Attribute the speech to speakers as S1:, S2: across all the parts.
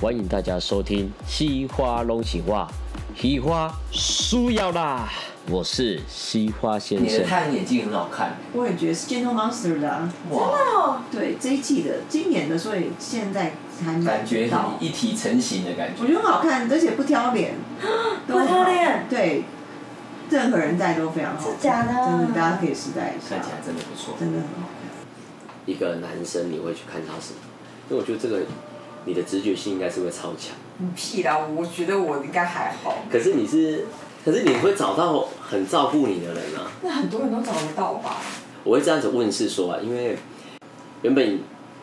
S1: 欢迎大家收听《西花龙喜话》，喜花输要啦！我是西花先
S2: 你
S1: 生
S2: 的。太阳眼镜很好看，
S3: 我也觉得是 Gentle Monster 的、啊，
S2: 哇，
S3: 对这一季的今年的，所以现在还没
S2: 感觉
S3: 到
S2: 很，一体成型的感
S3: 我
S2: 觉。
S3: 觉得很好看，而且不挑 脸，都很好
S4: 不挑脸
S3: 对，任何人戴都非常好看，
S4: 是假的
S3: 真的大家可以试戴一下
S2: 看，起来真的不错。
S3: 真的很好看。
S5: 一个男生你会去看他什么？因为我觉得这个你的直觉性应该是会超强，
S4: 屁啦！我觉得我应该还好，
S5: 可是你是，可是你会找到很照顾你的人啊。
S4: 那很多人都找得到吧？
S5: 我会这样子问是说啊，因为原本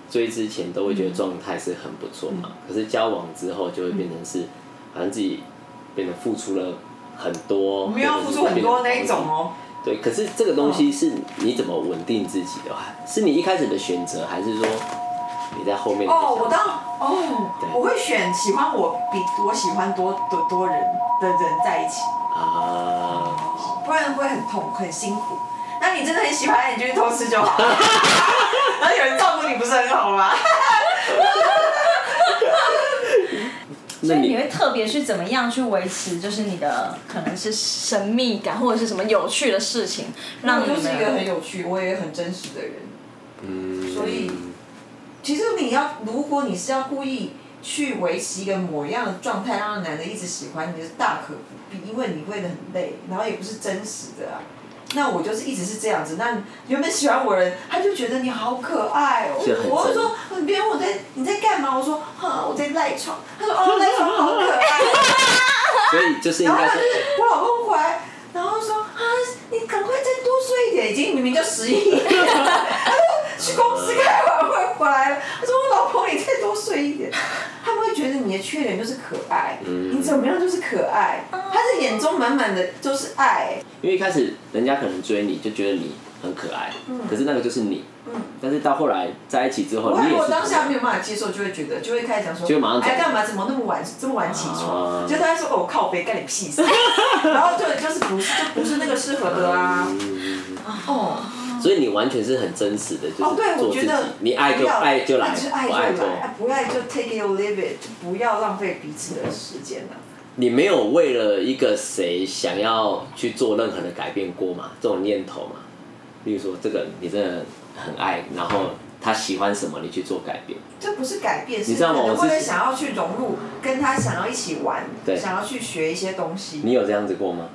S5: 追之前都会觉得状态是很不错嘛，
S1: 嗯
S5: 可是交往之后就会变成是，好像自己变得付出了很多，
S4: 我们要付出很多那一种。哦、
S5: 对，可是这个东西是你怎么稳定自己的？是你一开始的选择，还是说你在后面的
S4: 哦，
S5: 想
S4: 我
S5: 法
S4: 当哦
S5: 对，
S4: 我会选喜欢我比我喜欢多多多人的人在一起，
S5: 啊，
S4: 不然会很痛很辛苦。那你真的很喜欢，你就去偷吃就好了。 然后有人照顾你不是很好吗？
S5: 那
S6: 所以你会特别去怎么样去维持，就是你的可能是神秘感或者是什么有趣的事情，让你
S4: 我嗯就是一个很
S6: 们
S4: 有趣，我也很真实的人。
S5: 嗯
S4: 所以其实你要，如果你是要故意去维持一个某样的状态，让男的一直喜欢你，就是大可不必，因为你会得很累，然后也不是真实的啊。那我就是一直是这样子，那原本喜欢我的人，他就觉得你好可爱哦、
S5: 这很真
S4: 我会说，别人我在你在干嘛？我说，啊，我在赖床。他说，哦，赖床好可爱。
S5: 所以就是应
S4: 然后
S5: 该
S4: 就是是我老公回来，然后说啊，你赶快再多睡一点，已经明明就十一点了。他说去公司开完会回来了，他说我老婆你再多睡一点。他们会觉得你的缺点就是可爱，
S5: 嗯
S4: 你怎么样就是可爱，他的眼中满满的都是爱。
S5: 因为一开始人家可能追你就觉得你很可爱，可是那个就是你，但是到后来在一起之后，
S4: 嗯我
S5: 哦你也
S4: 我
S5: 是
S4: 当下没有办法接受，就会觉得就会开始讲说，
S5: 就会马上走
S4: 哎干嘛怎么那么晚这么晚起
S5: 啊
S4: 床？就大家说哦靠背干你屁事， 然后就就是不是就不是那个适合的啊，
S5: 嗯
S4: 哦。
S5: 所以你完全是很真实的，就
S4: 哦，
S5: 是
S4: 对，
S5: 做
S4: 我
S5: 自
S4: 觉
S5: 己
S4: 得，
S5: 你爱就
S4: 不要
S5: 爱就来，
S4: 那就是爱
S5: 不爱就
S4: 就来，啊不爱就 take it or leave it，就不要浪费彼此的时间了。
S5: 你没有为了一个谁想要去做任何的改变过嘛？这种念头嘛，例如说这个你真的很爱，然后他喜欢什么你去做改变，
S4: 这不是改变，是
S5: 你知道吗
S4: 可能
S5: 我之
S4: 为了
S5: 前
S4: 想要去融入，跟他想要一起玩
S5: 对，
S4: 想要去学一些东西。
S5: 你有这样子过吗？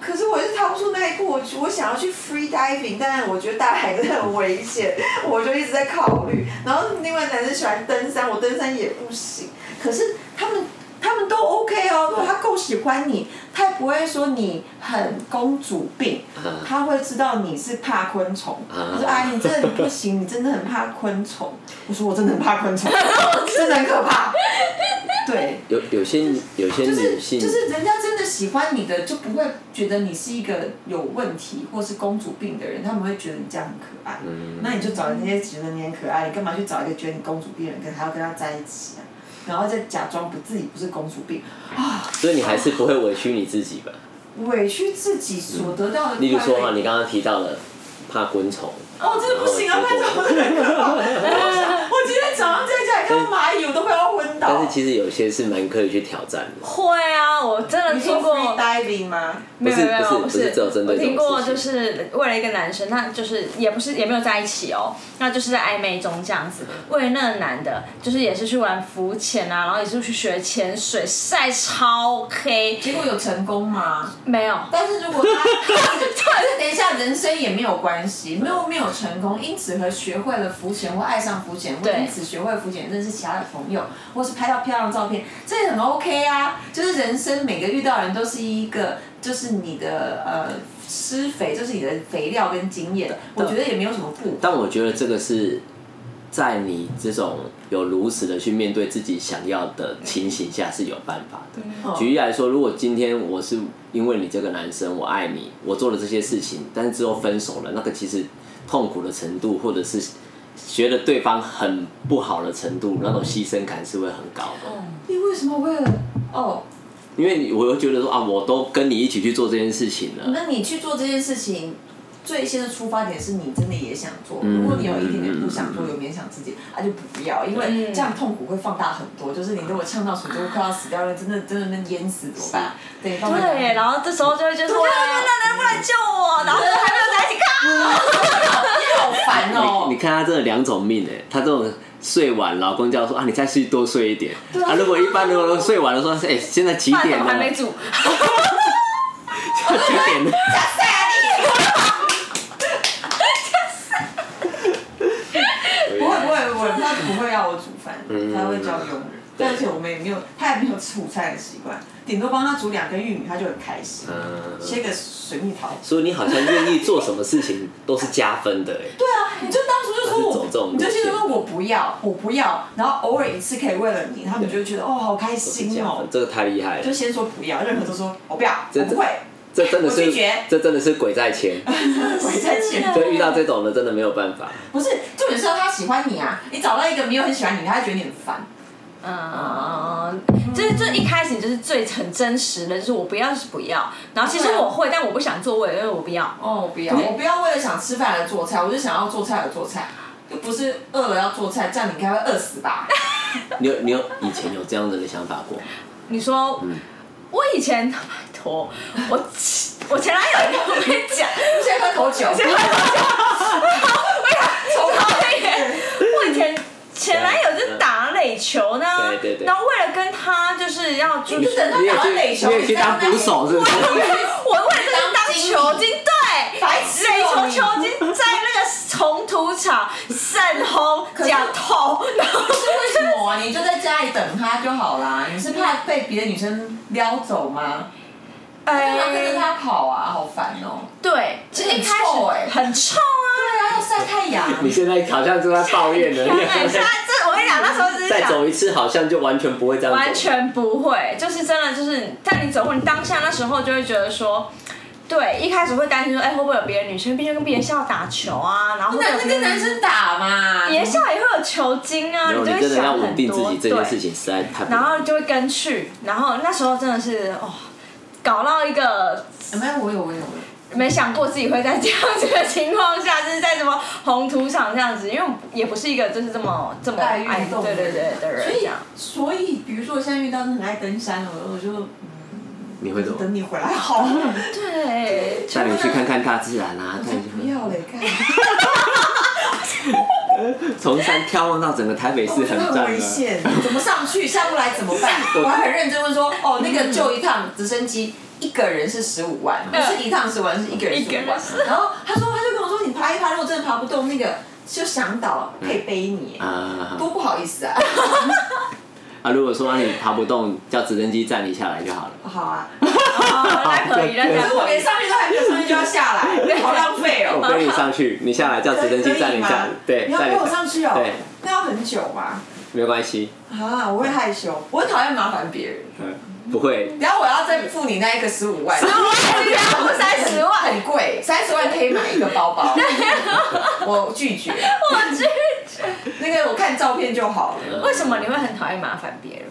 S4: 可是我是踏不出那一步，我我想要去 free diving，但是我觉得大海真的很危险， 我就一直在考虑。然后另外男生喜欢登山，我登山也不行。可是他们他们都 OK 哦，如果他够喜欢你，他也不会说你很公主病。
S5: 啊
S4: 他会知道你是怕昆虫，
S5: 啊
S4: 他说：“哎，你真的不行，你真的很怕昆虫。” 我说：“我真的很怕昆 虫，真的很可怕。”对，
S5: 有有些有些
S4: 就是
S5: 女性
S4: 就是人家真的喜欢你的，就不会觉得你是一个有问题或是公主病的人，他们会觉得你这样很可爱。
S5: 嗯
S4: 那你就找那些觉得你很可爱，你干嘛去找一个觉得你公主病的人，跟还要跟他在一起啊？然后再假装不自己不是公主病，
S5: 所以你还是不会委屈你自己吧？
S4: 委屈自己所得到的快乐。
S5: 例如说嘛，嗯你刚刚提到了怕昆虫，
S4: 哦，真的不行啊，拍照我真的很可怕。我今天早上在家里看到蚂蚁，我都快要昏倒。
S5: 但是其实有些是蛮可以去挑战的。
S6: 会啊，我真的
S4: 你
S6: 听
S4: 说
S6: 过。
S4: free diving 吗？
S6: 没有
S5: 不是
S6: 没有没有，
S5: 不是
S6: 是
S5: 不是只有针对
S6: 我听过，
S5: 这种
S6: 就
S5: 事
S6: 是为了一个男生，那就是也不是也没有在一起哦，那就是在暧昧中这样子。为了那个男的，就是也是去玩浮潜啊，然后也是去学潜水，晒超黑，
S4: 结果有成功吗？
S6: 没有。
S4: 但是如果他，但是等一下，人生也没有关系，没有没有成功，因此和学会了浮潜或爱上浮潜，或
S6: 对
S4: 因此学会浮潜认识其他的朋友，或是拍到漂亮的照片，这也很 OK 啊。就是人生每个遇到的人都是一个，就是你的呃施肥，就是你的肥料跟经验，我觉得也没有什么不好。
S5: 但我觉得这个是在你这种有如实的去面对自己想要的情形下是有办法的。举例来说，如果今天我是因为你这个男生，我爱你，我做了这些事情，但是之后分手了，那个其实痛苦的程度，或者是觉得对方很不好的程度，那种牺牲感是会很高的。
S4: 你为什么为了哦？
S5: 因为你我又觉得说啊，我都跟你一起去做这件事情了，
S4: 那你去做这件事情，
S6: 最先的出发点是你真的也想做。如果你有一点点不想做，有勉强自己，啊就不要，因为这样痛苦会放大很多。就是你如果呛到水都快要死掉了，真的真的能淹死怎么办？对，放大很
S7: 对，
S6: 多
S7: 然后这时候就会觉得说，
S6: 啊哎
S7: 哇，男人过来救我，然后就还没有在一起 看，
S6: 好烦哦、
S5: 你看他这两种命哎，他这种睡晚，老公叫说啊，你再睡多睡一点。啊，如果一般如果睡晚了说，哎、现在几
S7: 饭
S5: 点
S7: 怎
S5: 了？
S7: 么还没煮？
S5: 几点了？
S6: 不会不会不会，他不会要我煮饭，
S5: 嗯
S6: 他会叫佣人。但而且我们也没有，他也没有吃午餐的习惯，顶多帮他煮两根玉米，他就很开心。
S5: 嗯
S6: 切个水蜜桃。
S5: 所以你好像愿意做什么事情都是加分的哎。
S6: 对啊，你就当初就说
S5: 他是走这
S6: 我，
S5: 种
S6: 你就
S5: 路线
S6: 心里说我不要，我不要，然后偶尔一次可以为了你，他们就会觉得哦好开心
S5: 加
S6: 哦
S5: 分，。这个太厉害
S6: 就
S5: 了，
S6: 先说不要，任何都说我不要，
S5: 这
S6: 我不会，
S5: 这真的
S6: 我
S5: 是
S6: 拒绝，
S5: 这真的是鬼在前。
S6: 鬼在前。
S5: 就遇到这种的，真的没有办法。
S6: 不是，重点是他喜欢你啊，你找到一个没有很喜欢你，他会觉得你很烦。
S7: 嗯，就是就一开始你就是最很真实的，就是我不要就是不要，然后其实我会，但我不想做，我也因为我不要。
S6: 哦，我不要，我不要为了想吃饭而做菜，我就想要做菜而做菜，又不是饿了要做菜，这样你应该会饿死吧？
S5: 你有你有以前有这样子的想法过吗？
S7: 你说，
S5: 嗯
S7: 我以前拜托我我前男友，我跟你 讲，
S6: 先喝口酒，
S7: 先喝我以前前男友是打垒球呢，
S5: 对对对
S7: 然后为了跟他就是要就
S6: 就是
S7: 是。
S6: 等他
S5: 你也
S6: 打完垒
S5: 去
S6: 球，
S5: 你也去当捕手是不是？
S7: 我为了这个当球精对，
S6: 白痴
S7: 垒
S6: 哦
S7: 球
S6: 你
S7: 球精在那个红土场散轰假头，然后
S6: 为什么啊？你就在家里等他就好啦。你是怕被别的女生撩走吗？干嘛跟着
S7: 哎，
S6: 他跑啊？好烦哦！
S7: 对，就一开
S6: 很臭
S7: 始
S6: 哎
S7: 很臭啊，
S6: 对啊，要晒太阳。
S5: 你现在好像正在抱怨了，你
S7: 哎，
S5: 好像
S7: 他这我跟你讲，那时候只是
S5: 再
S7: 想
S5: 走一次，好像就完全不会这样走。
S7: 完全不会，就是真的就是，但你走过，你当下那时候就会觉得说。对，一开始会担心说，哎、会不会有别的女生？毕竟跟别的校打球啊，然后会不会有
S6: 男生
S7: 别
S6: 跟
S7: 的
S6: 男生打嘛，
S7: 别的校也会有球精啊，
S5: 没有，
S7: 就
S5: 你
S7: 会
S5: 真的要
S7: 想
S5: 稳
S7: 很
S5: 定自
S7: 多。
S5: 己这件事情实在太不
S7: 对，然后就会跟去，然后那时候真的是哦，搞到一个
S6: 没有我有我有我有。
S7: 没想过自己会在这样子的情况下， 就是在什么红土场这样子，因为我也不是一个就是这么这么
S6: 爱
S7: 爱
S6: 运动
S7: 对对对的人啊
S6: 所
S7: 这
S6: 以
S7: 样。，
S6: 所以比如说我现在遇到很爱登山的，我我就
S5: 你会怎么？
S6: 等你回来好了。
S7: 嗯对，
S5: 带你去看看大自然啊，带你去
S6: 不 要嘞，干
S5: 从山眺望到整个台北市，很啊
S6: 很
S5: 赞
S6: 危
S5: 的。
S6: 险，怎么上去下不来怎么办？我还很认真问说，哦，那个就一趟直升机。一个人是十五万，不是一趟十五万，啊是一个人十
S7: 一个
S6: 五
S7: 人
S6: 万。然后他说，他就跟我说，你爬一爬，如果真的爬不动，那个就想倒，可以背你，
S5: 啊
S6: 多不好意思啊。
S5: 啊！如果说啊你爬不动，叫直升机载你下来就好了。
S6: 好啊，
S7: 哦，那可以，那
S6: 可是我
S7: 可
S6: 连
S7: 以。
S6: 上去都还没有上去就要下来，好浪 费哦。
S5: 我背你上去，你下来叫直升机载你下来
S6: 可以吗，
S5: 对，
S6: 你要
S5: 载
S6: 陪我
S5: 下
S6: 上去哦、
S5: 对，
S6: 那要很久吧？
S5: 没关系，
S6: 啊，我会害羞，我很讨厌麻烦别人。
S5: 嗯，不会，
S6: 然后我要再付你那一个十五万，
S7: 15万30万
S6: 很贵，三十万可以买一个包 包，我拒绝。
S7: 我去，
S6: 那个我看照片就好了，
S7: 为什么你会很讨厌麻烦别人？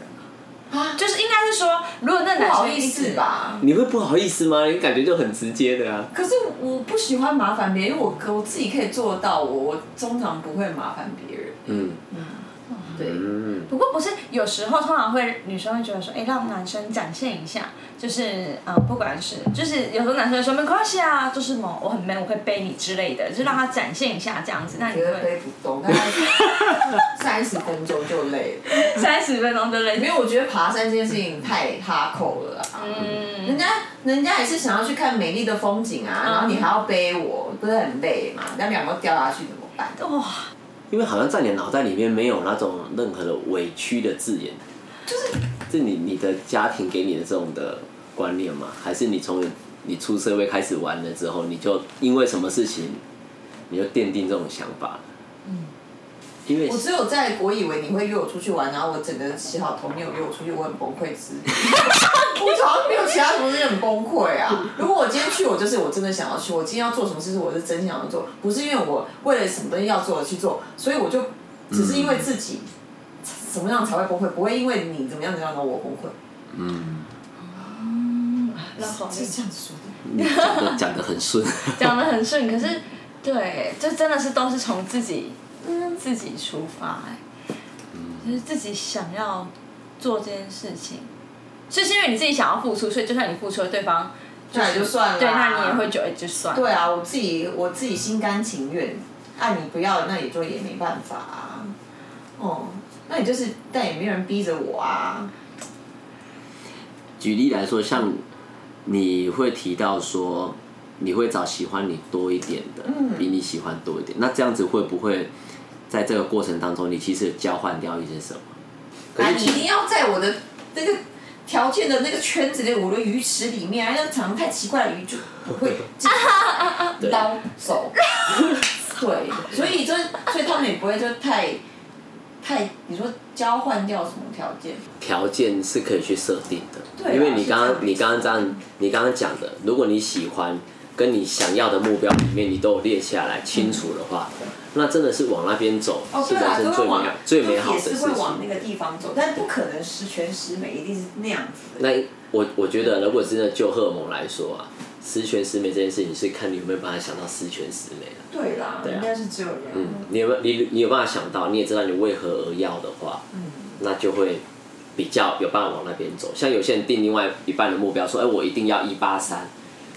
S6: 啊
S7: 就是应该是说，如果那
S6: 不
S7: 男
S6: 好
S7: 生
S6: 意
S7: 一直
S6: 思？吧？
S5: 你会不好意思吗？你感觉就很直接的啊。
S6: 可是我不喜欢麻烦别人，因为我可我自己可以做得到我，我通常不会麻烦别人。
S5: 嗯
S6: 对，
S5: 嗯，
S7: 不过不是，有时候通常会女生会觉得说，哎、让男生展现一下，就是呃，不管是就是有时候男生会说没关系啊，就是么我很 man，我会背你之类的，就是让他展现一下这样子。那你
S6: 觉得
S7: 会
S6: 背不动，大概 三十分钟就累了。
S7: 三十分钟就累
S6: 因为我觉得爬山这件事情太哈扣了啦。
S7: 嗯，
S6: 人家人家也是想要去看美丽的风景啊，然后你还要背我，不是很累嘛？那两个掉下去怎么办？
S7: 哇，
S5: 因为好像在你的脑袋里面没有那种任何的委屈的字眼，就是这你你的家庭给你的这种的观念吗？还是你从你出社会开始玩了之后，你就因为什么事情你就奠定这种想法了？嗯，因为
S6: 我只有在我以为你会约我出去玩，然后我整个其他同朋友约我出去，我很崩溃 之旅。我好像没有其他同事很崩溃啊。如果我今天去，我就是我真的想要去，我今天要做什么事，我是真想要做，不是因为我为了什么东西要做而去做，所以我就只是因为自己怎么样才会崩溃，不会因为你怎么样怎么样让我崩溃。
S5: 嗯，
S7: 那好，
S6: 是这样子说的。
S5: 你讲的讲的很顺，
S7: 讲的很顺，可是对，就真的是都是从自己自己出发、哎，就是自己想要做这件事情，所以是因为你自己想要付出，所以就算你付出了，对方
S6: 那也就算了，啊
S7: 对，那你也会觉得就算了，
S6: 对啊，我自己我自己心甘情愿，啊，你不要，那也就也没办法啊。哦，那你就是，但也没有人逼着我啊。
S5: 举例来说，像你会提到说，你会找喜欢你多一点的，
S6: 嗯
S5: 比你喜欢多一点。那这样子会不会在这个过程当中，你其实交换掉一些什么？可
S6: 啊，
S5: 是
S6: 你
S5: 其
S6: 一定要在我的那个条件的那个圈子里，我的鱼池里面啊，要长太奇怪的鱼就不会 自己捞走。 对，所以就是，所以他们也不会就太太，你说交换掉什么条件？
S5: 条件是可以去设定的，
S6: 对啊
S5: 因为你刚
S6: 是
S5: 刚你刚刚
S6: 这样
S5: 这样你刚刚讲的，如果你喜欢跟你想要的目标里面你都有列下来清楚的话，那真的是往那边走，
S6: 嗯哦，
S5: 是
S6: 对
S5: 人
S6: 啊，
S5: 生
S6: 都
S5: 最
S6: 会
S5: 美
S6: 往
S5: 好最美好的
S6: 也
S5: 事
S6: 啊是会往
S5: 情。
S6: 那个地方走，但不可能十全十美，一定是那样子的。
S5: 那我我觉得，如果真的就荷尔蒙来说啊，十全十美这件事情是看你有没有办法想到十全十美啊
S6: 对啦，
S5: 对啊
S6: 应该是只有人。
S5: 嗯，你有没有你你有办法想到，你也知道你为何而要的话，
S6: 嗯
S5: 那就会比较有办法往那边走。像有些人定另外一半的目标，说，哎、我一定要一八三，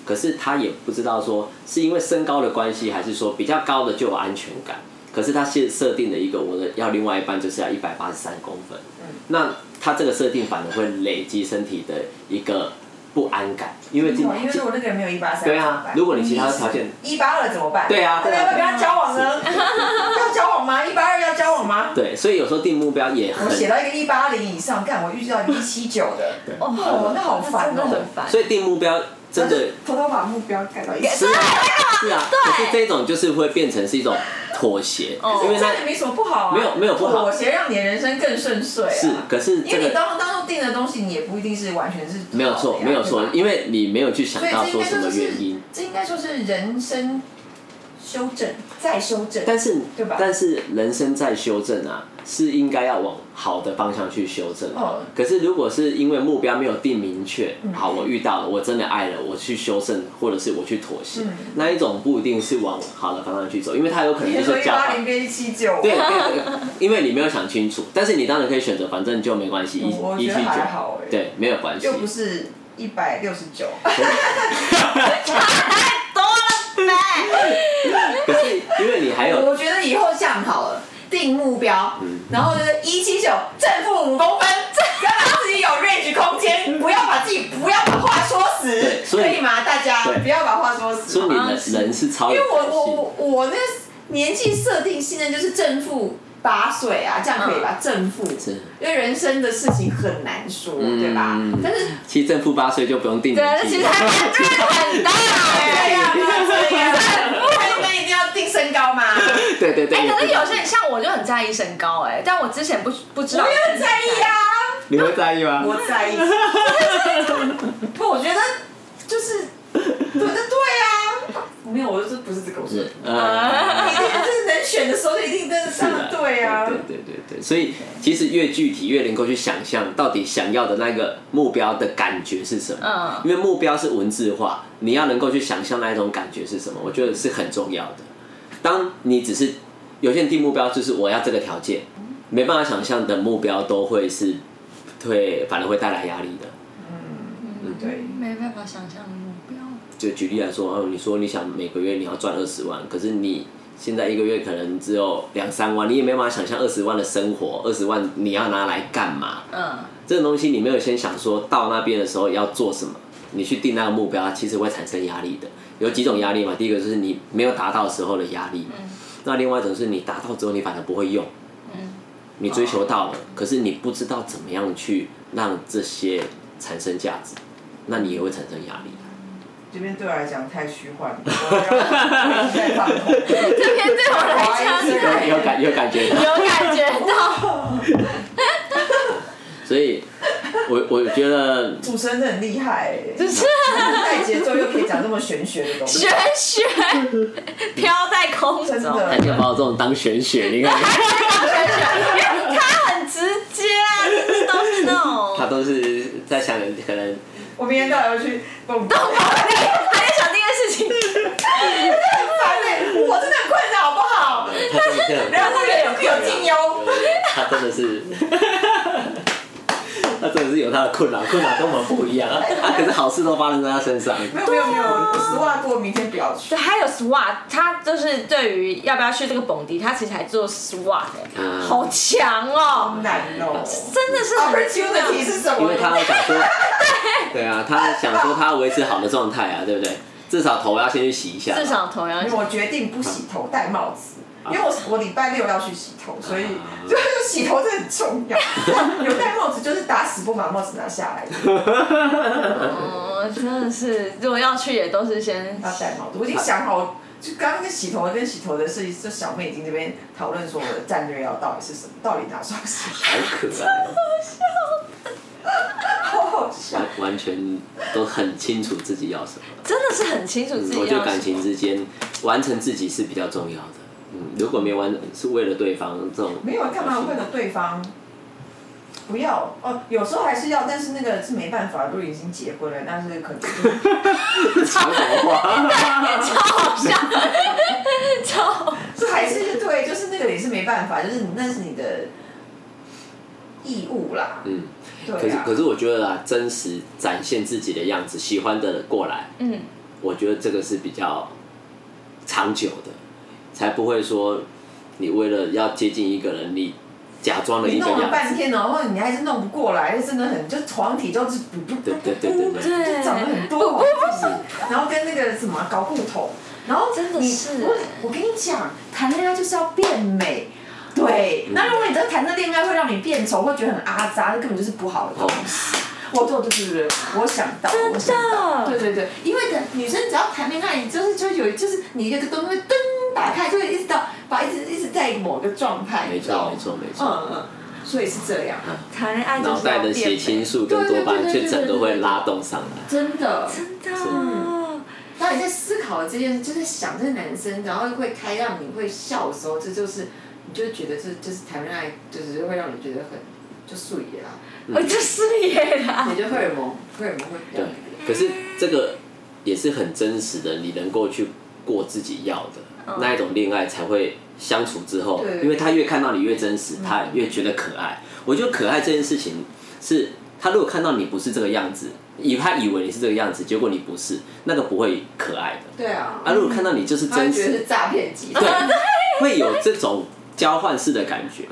S5: 可是他也不知道说是因为身高的关系，还是说比较高的就有安全感。可是他现设定了一个我的要另外一半就是要一百八十三公分，
S6: 嗯
S5: 那他这个设定反而会累积身体的一个不安感，因为今
S6: 哦因为如果那个人没有一八三，
S5: 对啊如果你其他条件
S6: 一八二怎么办？
S5: 对啊
S6: 那要不要跟他交往 呢？要交往吗？一八二要交往吗？
S5: 对，所以有时候定目标也
S6: 我
S5: 很
S6: 写到一个一八零以上，干我遇到一个一七九的，哦，那好烦
S7: 真的
S6: 哦
S7: 很。烦，
S5: 所以定目标真的。
S6: 偷偷把目标改到一个，
S5: 是啊，是啊，可是这种就是会变成是一种妥协，因为
S6: 这也
S5: 那
S6: 没什么不好啊。
S5: 没有没有不好
S6: 妥协让你的人生更顺遂啊。
S5: 是，可是
S6: 因
S5: 这
S6: 为你
S5: 个
S6: 当当初定的东西，你也不一定是完全是
S5: 没有错，没有错，因为你没有去想
S6: 啊所以
S5: 到
S6: 这应
S5: 说
S6: 该
S5: 什么
S6: 说是
S5: 原因，
S6: 这应该说是人生修正再修正，
S5: 但是
S6: 对吧
S5: 但是人生在修正啊，是应该要往好的方向去修正。啊
S6: 哦嗯
S5: 可是如果是因为目标没有定明确，好，我遇到了，我真的爱了，我去修正，或者是我去妥协，
S6: 嗯
S5: 那一种不一定是往好的方向去走，因为它有可能
S6: 你
S5: 就是
S6: 说
S5: 是
S6: 一
S5: 交
S6: 八
S5: 换
S6: 零。变一七九，
S5: 对，对对，因为你没有想清楚，但是你当然可以选择，反正就没关系，一
S6: 嗯我
S5: 一
S6: 觉
S5: 七
S6: 得
S5: 九
S6: 还好欸，
S5: 对，没有关系
S6: 又。不是一百六十九，
S7: 多了呗，
S5: 可是因为你还有
S6: 我觉得以后这样好了。定目标，
S5: 嗯
S6: 然后就是一七九正负五公分， 要让自己有 range 空间，不要把自己不要把话说
S5: 对
S6: 死，
S5: 所以
S6: 可以吗？大家
S5: 对
S6: 不要把话说死。
S5: 所以你
S7: 好
S5: 的
S7: 像是
S5: 人是超
S6: 因
S5: 有
S6: 为我
S5: 弹性
S6: 我我我那年纪设定现在就是正负八岁啊，这样可以
S5: 嗯
S6: 吧？正负，
S5: 是
S6: 因为人生的事情很难说，
S5: 嗯
S6: 对吧？但是
S5: 其实正负八岁就不用定
S7: 对，那
S5: 年
S7: 其
S5: 纪
S7: 实
S5: 了，
S7: 还真 的很大哎、
S6: 对呀，不要这样， 那那一定要定身高吗？我
S5: 对对对。
S7: 哎、
S5: 也
S7: 可
S5: 不
S7: 是
S5: 定
S7: 有些人像我就很在意身高哎、但我之前不不知道，
S6: 没有很在意 啊，
S5: 你会在意吗？
S6: 我在意。不，我觉得就是，对对对啊，没有，我就是不是这个，我说。
S5: 呃，
S6: 一定就是能选的时候，就一定真的是
S5: 是的
S6: 对啊，
S5: 对对对对对，所以其实越具体越能够去想象到底想要的那个目标的感觉是什么，
S7: 嗯
S5: 因为目标是文字化，你要能够去想象那一种感觉是什么，我觉得是很重要的。当你只是有些人定目标就是我要这个条件，没办法想象的目标都会是会反而会带来压力的。
S6: 对。
S7: 没办法想象的目标，
S5: 就举例来说，哦，你说你想每个月你要赚二十万，可是你现在一个月可能只有两三万，你也没办法想象二十万的生活，二十万你要拿来干嘛？
S7: 嗯，
S5: 这个东西你没有先想说到那边的时候要做什么，你去定那个目标，其实会产生压力的。有几种压力嘛，第一个就是你没有达到时候的压力嘛，那另外一种是你达到之后你反而不会用，
S7: 嗯
S5: 你追求到了，可是你不知道怎么样去让这些产生价值，那你也会产生压力。
S6: 这边对我来讲太虚幻了，我 要再放空。
S7: 这边对我来讲是
S5: 有有感有感觉到。
S7: 有感觉到，
S5: 所以我 我觉得
S6: 主持人真的很厉害、欸，就是带节奏又可以讲这么玄学的东西，
S7: 玄学飘在空中，
S6: 真
S7: 因
S5: 他
S6: 的。
S5: 就把我这种当玄学，你 看
S7: 为他很直接啊，就是都是那种
S5: 他都是在想可能
S6: 我明天到底要去蹦迪，
S7: 还
S5: 呃他真的 是，他真的是有他的困扰，困扰跟我们不一样。啊可是好事都发生在他身上。
S6: 没有没有没有，我丝袜过，明天不要去
S7: 对，。还有 SWAT，他就是对于要不要去这个蹦迪，他其实还做 SWAT，、欸
S5: 嗯
S7: 好强
S6: 好
S7: 哦、
S6: 难哦。
S7: 真的是很
S6: Opportunity 是什
S5: 因
S6: 么
S5: 为？他想 说，对啊，他想说他维持好的状态啊，对不对？至少头要先去洗一下吧。
S7: 至少同样
S6: 我决定不洗头戴帽子，因为我我礼拜六要去洗头，所以就是洗头这很重 要。有戴帽子就是打死不把帽子拿下来，
S7: 嗯，真的是，如果要去也都是先
S6: 要戴帽子。我已经想好，就刚刚跟洗头的跟洗头的事，就小妹已经这边讨论说我的战略要到底是什么，到底哪双洗，
S5: 好可爱，哦
S6: 好好笑。
S5: 完完全都很清楚自己要什么。
S7: 真的是很清楚自己
S5: 嗯我
S7: 要
S5: 觉得
S7: 什么
S5: 感情之间完成自己是比较重要的。嗯，如果没完是为了对方这种，
S6: 没有干嘛为了对方？不要哦，有时候还是要，但是那个是没办法，都已经结婚了，但是可能就
S5: 讲什么
S6: 啊
S5: 话？
S7: 超 好笑，超
S6: 这还是对，就是那个也是没办法，就是你那是你的义务啦。
S5: 嗯，可
S6: 对
S5: 是
S6: 啊，
S5: 可是我觉得啊，真实展现自己的样子，喜欢的过来，
S7: 嗯，
S5: 我觉得这个是比较长久的，才不会说你为了要接近一个人，你假装了
S6: 你
S5: 一个
S6: 弄了
S5: 样
S6: 半
S5: 子，
S6: 天，然后你还是弄不过来，就真的很，就是床体就是不不
S5: 对对对对对，
S7: 对，
S6: 长了很多毛病，然后跟那个什么搞骨头，然后
S7: 真的
S6: 你
S7: 是
S6: 我我跟你讲，谈恋爱就是要变美。对，那如果你真的谈这恋爱会让你变丑，会觉得很阿扎，那根本就是不好的
S5: 哦
S6: 东西。我对对对对，对我想到，我想到，
S7: 真的
S6: 对对对，因为女生只要谈恋爱，你就是就有就是你那个东西会噔打开，就会一直到把一直一直在某个状态，
S5: 没
S6: 你知道
S5: 错
S6: 吗
S5: 没错没错，
S6: 嗯嗯，所以是这样，
S7: 谈恋爱就是要
S5: 脑袋的血清素跟多巴胺却整个会拉动上来，
S6: 真的，
S7: 变美
S5: 嗯
S7: 真的
S6: 当你在思考这件事，就在想这个男生，然后会开让你会笑的时候，这就是你就会觉得这就是谈恋爱，就是会让你觉得很就素颜啦，
S7: 我哦就是耶啦，
S6: 你就荷尔蒙，荷尔蒙会比较
S5: 对。可是这个也是很真实的，你能够去过自己要的那一种恋爱，才会相处之后
S6: 对，
S5: 因为他越看到你越真实，他越觉得可爱。我觉得可爱这件事情是，他如果看到你不是这个样子，以他以为你是这个样子，结果你不是，那个不会可爱的。
S6: 对啊，
S5: 啊，如果看到你就是
S6: 他会
S5: 真
S6: 觉得是
S5: 实，
S6: 诈骗集团
S5: 对， 会有这种交换式的感觉，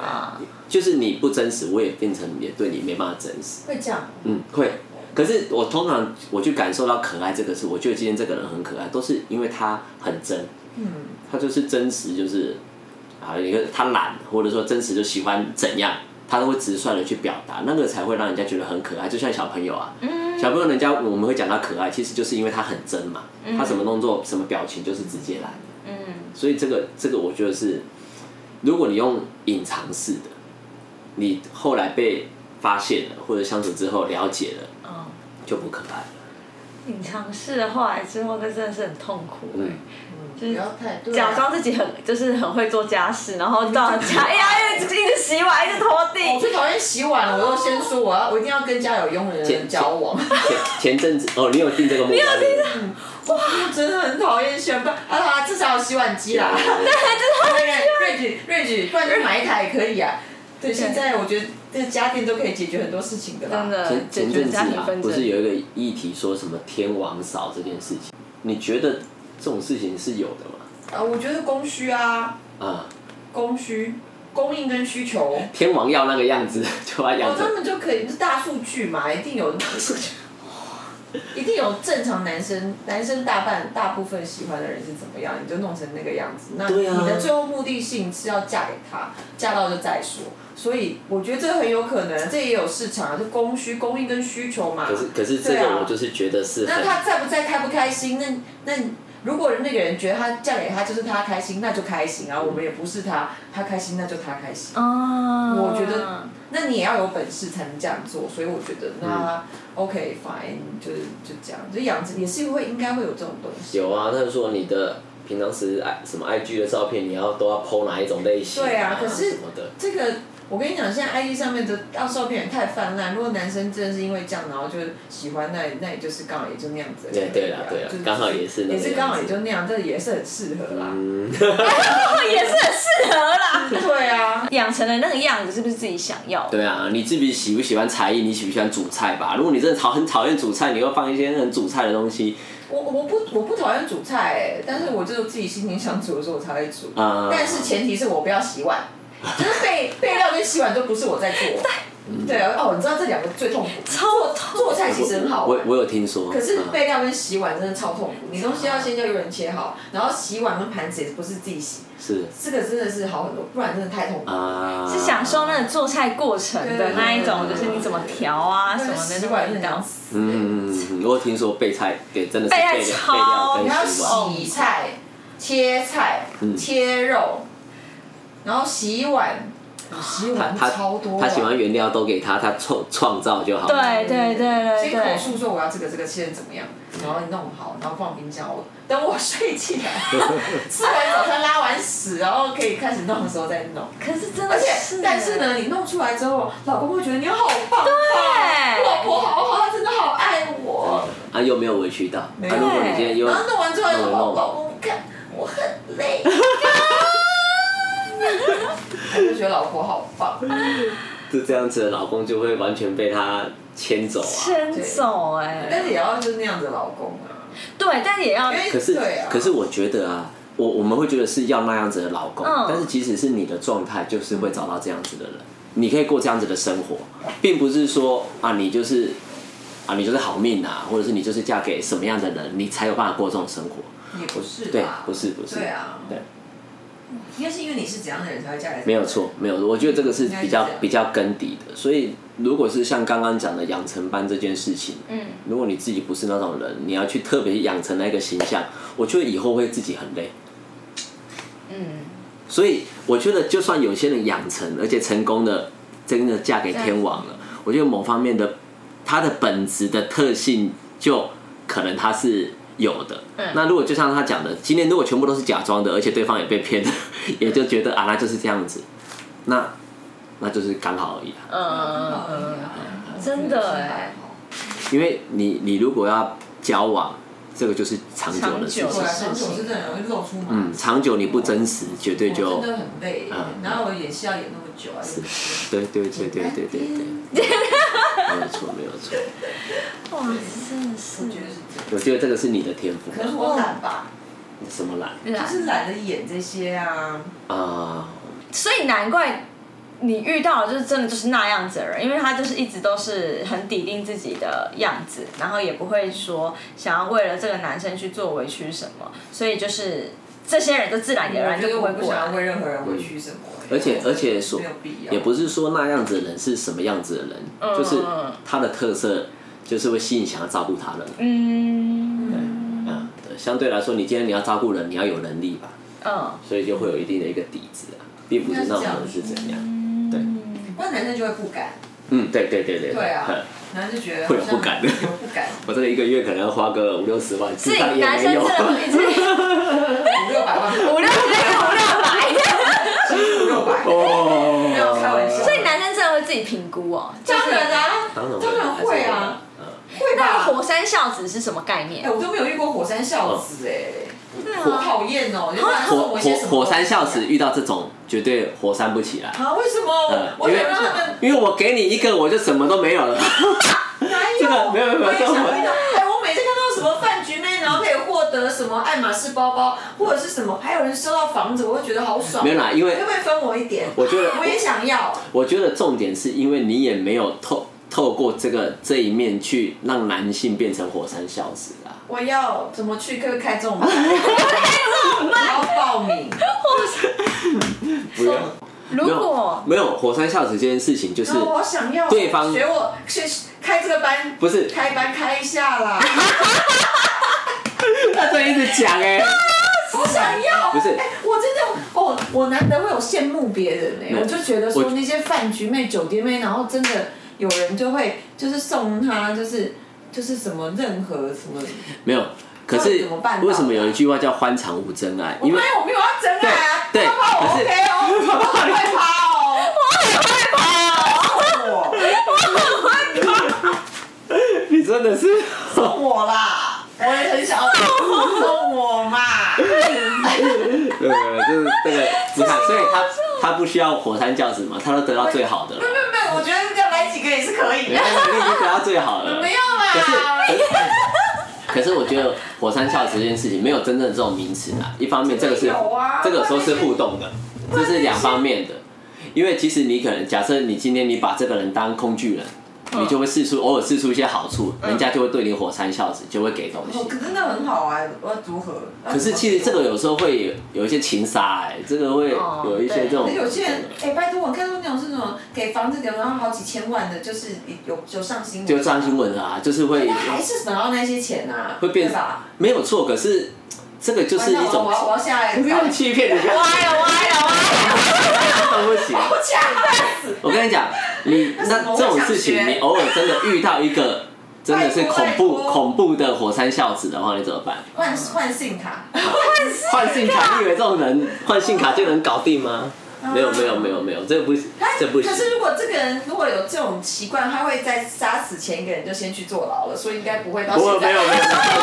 S5: 就是你不真实，我也变成也对你没办法真实。
S6: 会这样，
S5: 嗯，会。可是我通常我去感受到可爱这个事，我觉得今天这个人很可爱，都是因为他很真，
S6: 嗯，
S5: 他就是真实，就是啊，一个他懒，或者说真实就喜欢怎样，他都会直率的去表达，那个才会让人家觉得很可爱。就像小朋友啊，小朋友人家我们会讲他可爱，其实就是因为他很真嘛，他什么动作、什么表情就是直接来，
S7: 嗯，
S5: 所以这个这个我觉得是，如果你用隐藏式的，你后来被发现了，或者相处之后了解了。
S7: 哦，
S5: 就不可爱了。
S7: 隐藏式的后来之后，那真的是很痛苦哎、
S5: 嗯，
S7: 就
S6: 不
S7: 是
S6: 要太对啊
S7: 假装自己很就是很会做家事，然后到 家哎呀，一直一直洗碗，一直拖
S6: 我
S7: 地，
S6: 最讨厌洗碗了，我都先说我要我一定要跟家有佣人的人交往，
S5: 前前阵子哦，你有定这个目标？对不对
S6: 我真的很讨厌洗碗，不啊至少有洗碗机 啦。瑞举瑞举，不然就买一台也可以啊。对，现在我觉得这家电都可以解决很多事情的啦。
S7: 真的
S5: 前
S7: 解
S5: 前
S7: 决
S5: 阵子
S7: 家庭
S5: 啊
S7: 纷，
S5: 不是
S7: 争。
S5: 有一个议题说什么天王嫂这件事情？你觉得这种事情是有的吗？
S6: 啊，我觉得供需啊，
S5: 啊，
S6: 供需、供应跟需求，我、
S5: 天王要那个样子，就要养
S6: 他
S5: 成。
S6: 们就可以是大数据嘛，一定有大数据，一定有正常男生，男生大半大部分喜欢的人是怎么样，你就弄成那个样子。那
S5: 对
S6: 你
S5: 啊
S6: 的最后目的性是要嫁给他，嫁到就再说。所以我觉得这很有可能，这也有市场啊，就供需、供应跟需求嘛。
S5: 可是可是这
S6: 对
S5: 个
S6: 啊
S5: 我就是觉得是
S6: 那他
S5: 很
S6: 在不在开不开心？那那如果那个人觉得他嫁给他就是他开心，那就开心啊。我们也不是他，他开心那就他开心。
S7: 啊，
S6: 我觉得那你也要有本事才能这样做，所以我觉得那、OK
S5: 嗯
S6: fine，就是就这样，就养成也是会应该会有这种东西。
S5: 有啊。他就说你的平常时爱什么 IG 的照片，你要都要 PO 哪一种类型？
S6: 对啊可是
S5: 什么的。
S6: 这个我跟你讲，现在 IG 上面的到照片也太泛滥。如果男生真的是因为这样，然后就喜欢，那那也就是刚好也就那样子而已
S5: 对
S6: 啊。
S5: 对啦对啦
S6: 就是
S5: 刚好也是那个
S6: 也是刚好
S5: 样
S6: 也
S5: 子
S6: 就那样，这也是很适合啦。
S5: 嗯，
S7: 也是很适合啦。
S6: 对啊，
S7: 养成了那个样子，是不是自己想要的？
S5: 对啊，你自己喜不喜欢才艺？你喜不喜欢煮菜吧？如果你真的讨很讨厌煮菜，你会放一些很煮菜的东西。
S6: 我我不我不讨厌煮菜、欸，但是我就是自己心情想煮的时候我才会煮，
S5: 啊
S6: 但是前提是我不要洗 碗，就是备备料跟洗碗都不是我在做。对啊，哦，你知道这两个最痛苦，
S7: 超
S6: 做菜其实很好
S5: 我
S6: 玩。
S5: 我嗯有听说，
S6: 可是
S5: 嗯
S6: 备料跟洗碗真的超痛苦，你东西要先叫有人切好，然后洗碗跟盘子也不是自己洗，
S5: 是
S6: 这个真的是好很多，不然真的太痛苦。
S5: 啊，
S7: 是享受那个做菜过程的那一种，
S6: 对
S7: 就是你怎么调啊什么的
S6: 洗
S7: 那
S6: 碗真的
S7: 种味
S6: 很
S7: 道
S6: 想。死，
S5: 嗯，嗯嗯嗯我有听说备菜给真的是
S7: 备
S5: 备
S7: 菜
S5: 料备
S7: 超
S5: 料
S6: 你要
S5: 跟洗碗，
S6: 洗菜、切菜、
S5: 嗯
S6: 切肉，然后洗碗，洗
S5: 他
S6: 碗
S5: 他
S6: 超多碗。啊
S5: 他喜欢原料都给他，他创创造就好。
S7: 对对对对
S6: 先口
S7: 对，
S6: 述说我要这个这个切成怎么样，然后弄好，然后放冰箱，我等我睡 起来，吃完早餐拉完屎，然后可以开始弄的时候再弄。
S7: 可是真的
S6: 而且
S7: 是，
S6: 但是，呢，你弄出来之后，老公会觉得你好棒，
S7: 对
S6: 我老婆好好，她真的好爱我。
S5: 啊，又没有委屈到。啊，
S6: 没
S5: 如
S6: 有
S5: 果你今天又
S6: 然后弄完之后，
S5: 弄
S6: 老
S5: 弄
S6: 老公看我很累，我就觉得老婆好棒。
S5: 是这样子，的老公就会完全被他牵走啊。
S7: 牵走哎，
S6: 但是也要就是那样子的老公啊，
S7: 对，但也要
S6: 因为
S5: 可是
S6: 对啊，
S5: 可是我觉得啊，我我们会觉得是要那样子的老公，
S7: 嗯
S5: 但是即使是你的状态，就是会找到这样子的人，你可以过这样子的生活，并不是说啊你就是啊你就是好命啊，或者是你就是嫁给什么样的人，你才有办法过这种生活。
S6: 也不是
S5: 对
S6: 吧，
S5: 不是不是，
S6: 对啊，
S5: 对，
S6: 应该是因为你是怎样的人才会嫁给
S5: 没有错，没有错，我觉得这个是比较
S6: 应该是这样
S5: 比较根底的。所以，如果是像刚刚讲的养成班这件事情，
S7: 嗯，
S5: 如果你自己不是那种人，你要去特别养成那个形象，我觉得以后会自己很累。
S7: 嗯，
S5: 所以，我觉得就算有些人养成而且成功的，真的嫁给天王了，我觉得某方面的他的本质的特性，就可能他是。有的，那如果就像他讲的，今天如果全部都是假装的，而且对方也被骗了， 也就觉得啊，那就是这样子，那那就是刚好而已啊。
S6: 嗯
S5: 嗯
S7: 呃，真
S6: 欸
S7: 的
S5: 欸
S7: 哎
S5: 因为你你如果要交往，这个就是长久的事
S7: 长
S5: 情
S6: 对
S7: 久的。
S6: 啊，长久是真的容易露出嘛。
S5: 嗯，长久你不真实，绝对就
S6: 我哦真的很累
S5: 嗯，
S6: 然后我演戏要演那么久啊，又不是
S5: 对对对对对对对，没有错没有错。
S7: 哇，真的是
S6: 我觉得是这样。
S5: 我觉得这个是你的天赋，
S6: 可是我懒吧，
S5: 什么懒
S7: 对
S6: 就
S7: 啊
S6: 是懒得演这些啊。
S5: 啊？
S7: 所以难怪你遇到的就是真的就是那样子的人，因为他就是一直都是很抵定自己的样子，然后也不会说想要为了这个男生去做委屈什么，所以就是这些人就自然而
S6: 我
S7: 然
S6: 觉
S7: 就
S6: 得
S7: 不
S6: 我
S7: 会
S6: 不
S7: 过来
S6: 想要。为任何人委屈什么。
S5: 而且而且所
S6: 没有必要，
S5: 也不是说那样子的人是什么样子的人，
S6: 嗯
S5: 就是他的特色就是会吸引想要照顾他人。
S7: 嗯
S5: 嗯，对，相对来说，你今天你要照顾人，你要有能力吧，
S7: 嗯，
S5: 所以就会有一定的一个底子啊，并不是那种人是怎样。
S6: 嗯
S5: 对，
S6: 不然男生就会不敢。
S5: 嗯，对对对对
S6: 对啊
S5: 嗯，
S6: 男生就觉得
S5: 会有不敢的
S6: 好像有不敢，
S5: 我这个一个月可能要花个五六十万，
S7: 自
S5: 智
S7: 己
S5: 商也
S7: 男
S5: 没
S7: 生
S5: 有
S7: 真。的已经
S6: 五六百万，
S7: 五六十六五六百，
S6: 五六百，
S5: 哦，
S6: 没有开玩笑。
S7: 所以男生真的会自己评估哦。
S6: 当然啊，
S5: 当然
S6: 当然会啊，，会
S7: 那
S6: 吧。
S7: 火山孝子是什么概念
S6: 哎、？我都没有遇过火山孝子哎、
S7: 对
S6: 好讨厌哦！就
S5: 还
S6: 是
S5: 是
S6: 我
S5: 火
S6: 一些什
S5: 火
S6: 么
S5: 火山孝子遇到这种绝对火山不起来。
S6: 啊？为什么？
S5: 呃，因
S6: 我
S5: 为
S6: 想让他们
S5: 因为我给你一个，我就什么都没有了。
S6: 哪有？
S5: 这个没有没有没有
S6: 我也想
S5: 这个
S6: 遇到。哎，我每次看到什么饭局妹，然后可以获得什么爱马仕包包或者是什么，还有人收到房子，我会觉得好爽。
S5: 没有啦，因为
S6: 可不可以分我一点？
S5: 我觉得
S6: 我也想要。
S5: 我觉得重点是因为你也没有透透过这个这一面去让男性变成火山孝子啊。
S6: 我要怎么去？可不可以开这种门？我要报名。
S5: 不用，
S7: 如
S5: 没有
S7: 果
S5: 没有火山孝子这件事情，就是
S6: 然后我想要
S5: 对方
S6: 学我去开这个班，
S5: 不是
S6: 开班开一下啦。
S5: 他这一直讲哎，
S6: 我想要，
S5: 不是
S6: 哎我真的哦，我难得会有羡慕别人哎、
S5: 有
S6: 我就觉得
S5: 我
S6: 说那些饭局妹、酒店妹，然后真的有人就会就是送她，就是就是什么任何什么，
S5: 没有。可
S6: 到底
S5: 是
S6: 怎么办到
S5: 为什么有一句话叫“欢场无真爱”？
S6: 因
S5: 因为
S6: 为我没有要真爱啊，
S5: 对对
S6: 要怕我
S5: 可是
S6: OK 哦，要怕我会怕哦，我很会
S5: 你真的是，
S6: 怕我送我啦，我也很想要送我嘛，
S5: 对，就是这个，你看，所以他他不需要火山教子嘛，他都得到最好的了，
S6: 没有没有，我觉得要来几个也是可以的。
S5: 你已经得到最好了。
S6: 没有啦，
S5: 可是可是我觉得火山孝子这件事情没有真正的这种名词啊。一方面，这个是、
S6: 有啊
S5: 这个有时候是互动的，这是两方面的。因为其实你可能假设你今天你把这个人当工具人，你就会试出偶尔试出一些好处，人家就会对你火山孝子，就会给东西。
S6: 可是那很好啊，我要如何？
S5: 可是其实这个有时候会有有一些情杀，哎，这个会
S7: 哦
S5: 有一些这种
S6: 那。有些人，哎、拜托，我看到那种是什么给房子留然后好几千万的，就是有有上新闻，
S5: 就上新，闻啊，就是会
S6: 那还是拿到那些钱啊，
S5: 会变
S6: 对吧？
S5: 没有错，可是这个就是一
S6: 完蛋
S5: 种
S6: 我要我要下来，
S5: 不用欺骗你，不要
S7: 歪了歪了歪了，
S5: 不行。
S6: 我抢死，
S5: 我跟你讲，你那这种事情，你偶尔真的遇到一个真的是恐怖
S6: 拜托
S5: 恐怖的火山孝子的话，你怎么办？
S6: 换换信卡，
S5: 换信卡，你以为这种人换信卡就能搞定吗？没有没有没有没有，这不行，这不行
S6: 可。是如果这个人如果有这种习惯，他会在杀死前一个人就先去坐牢了，所以应该不会到
S5: 不会
S6: 现在。
S5: 没有没有，没有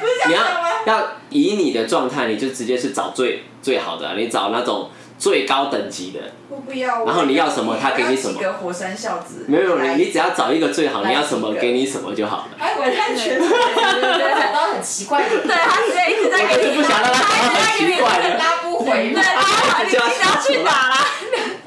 S6: 不是这
S5: 你要
S6: 样讲吗？
S5: 要以你的状态，你就直接去找最最好的啊，你找那种最高等级的。
S6: 我不要。
S5: 然后你要什么
S6: 我
S5: 他给你什么
S6: 我要几个火山孝子。
S5: 没有
S6: 来
S5: 你，你只要找一个最好，
S6: 来
S5: 你要什么
S6: 几个
S5: 给你什么就好了。
S6: 还以为他全部找到很奇怪的，
S7: 对他直接一直在给
S5: 就
S7: 你
S5: 不想让他找到很奇怪的。
S6: 拉不回
S7: 对，
S6: 来。
S7: 你你要去哪啦？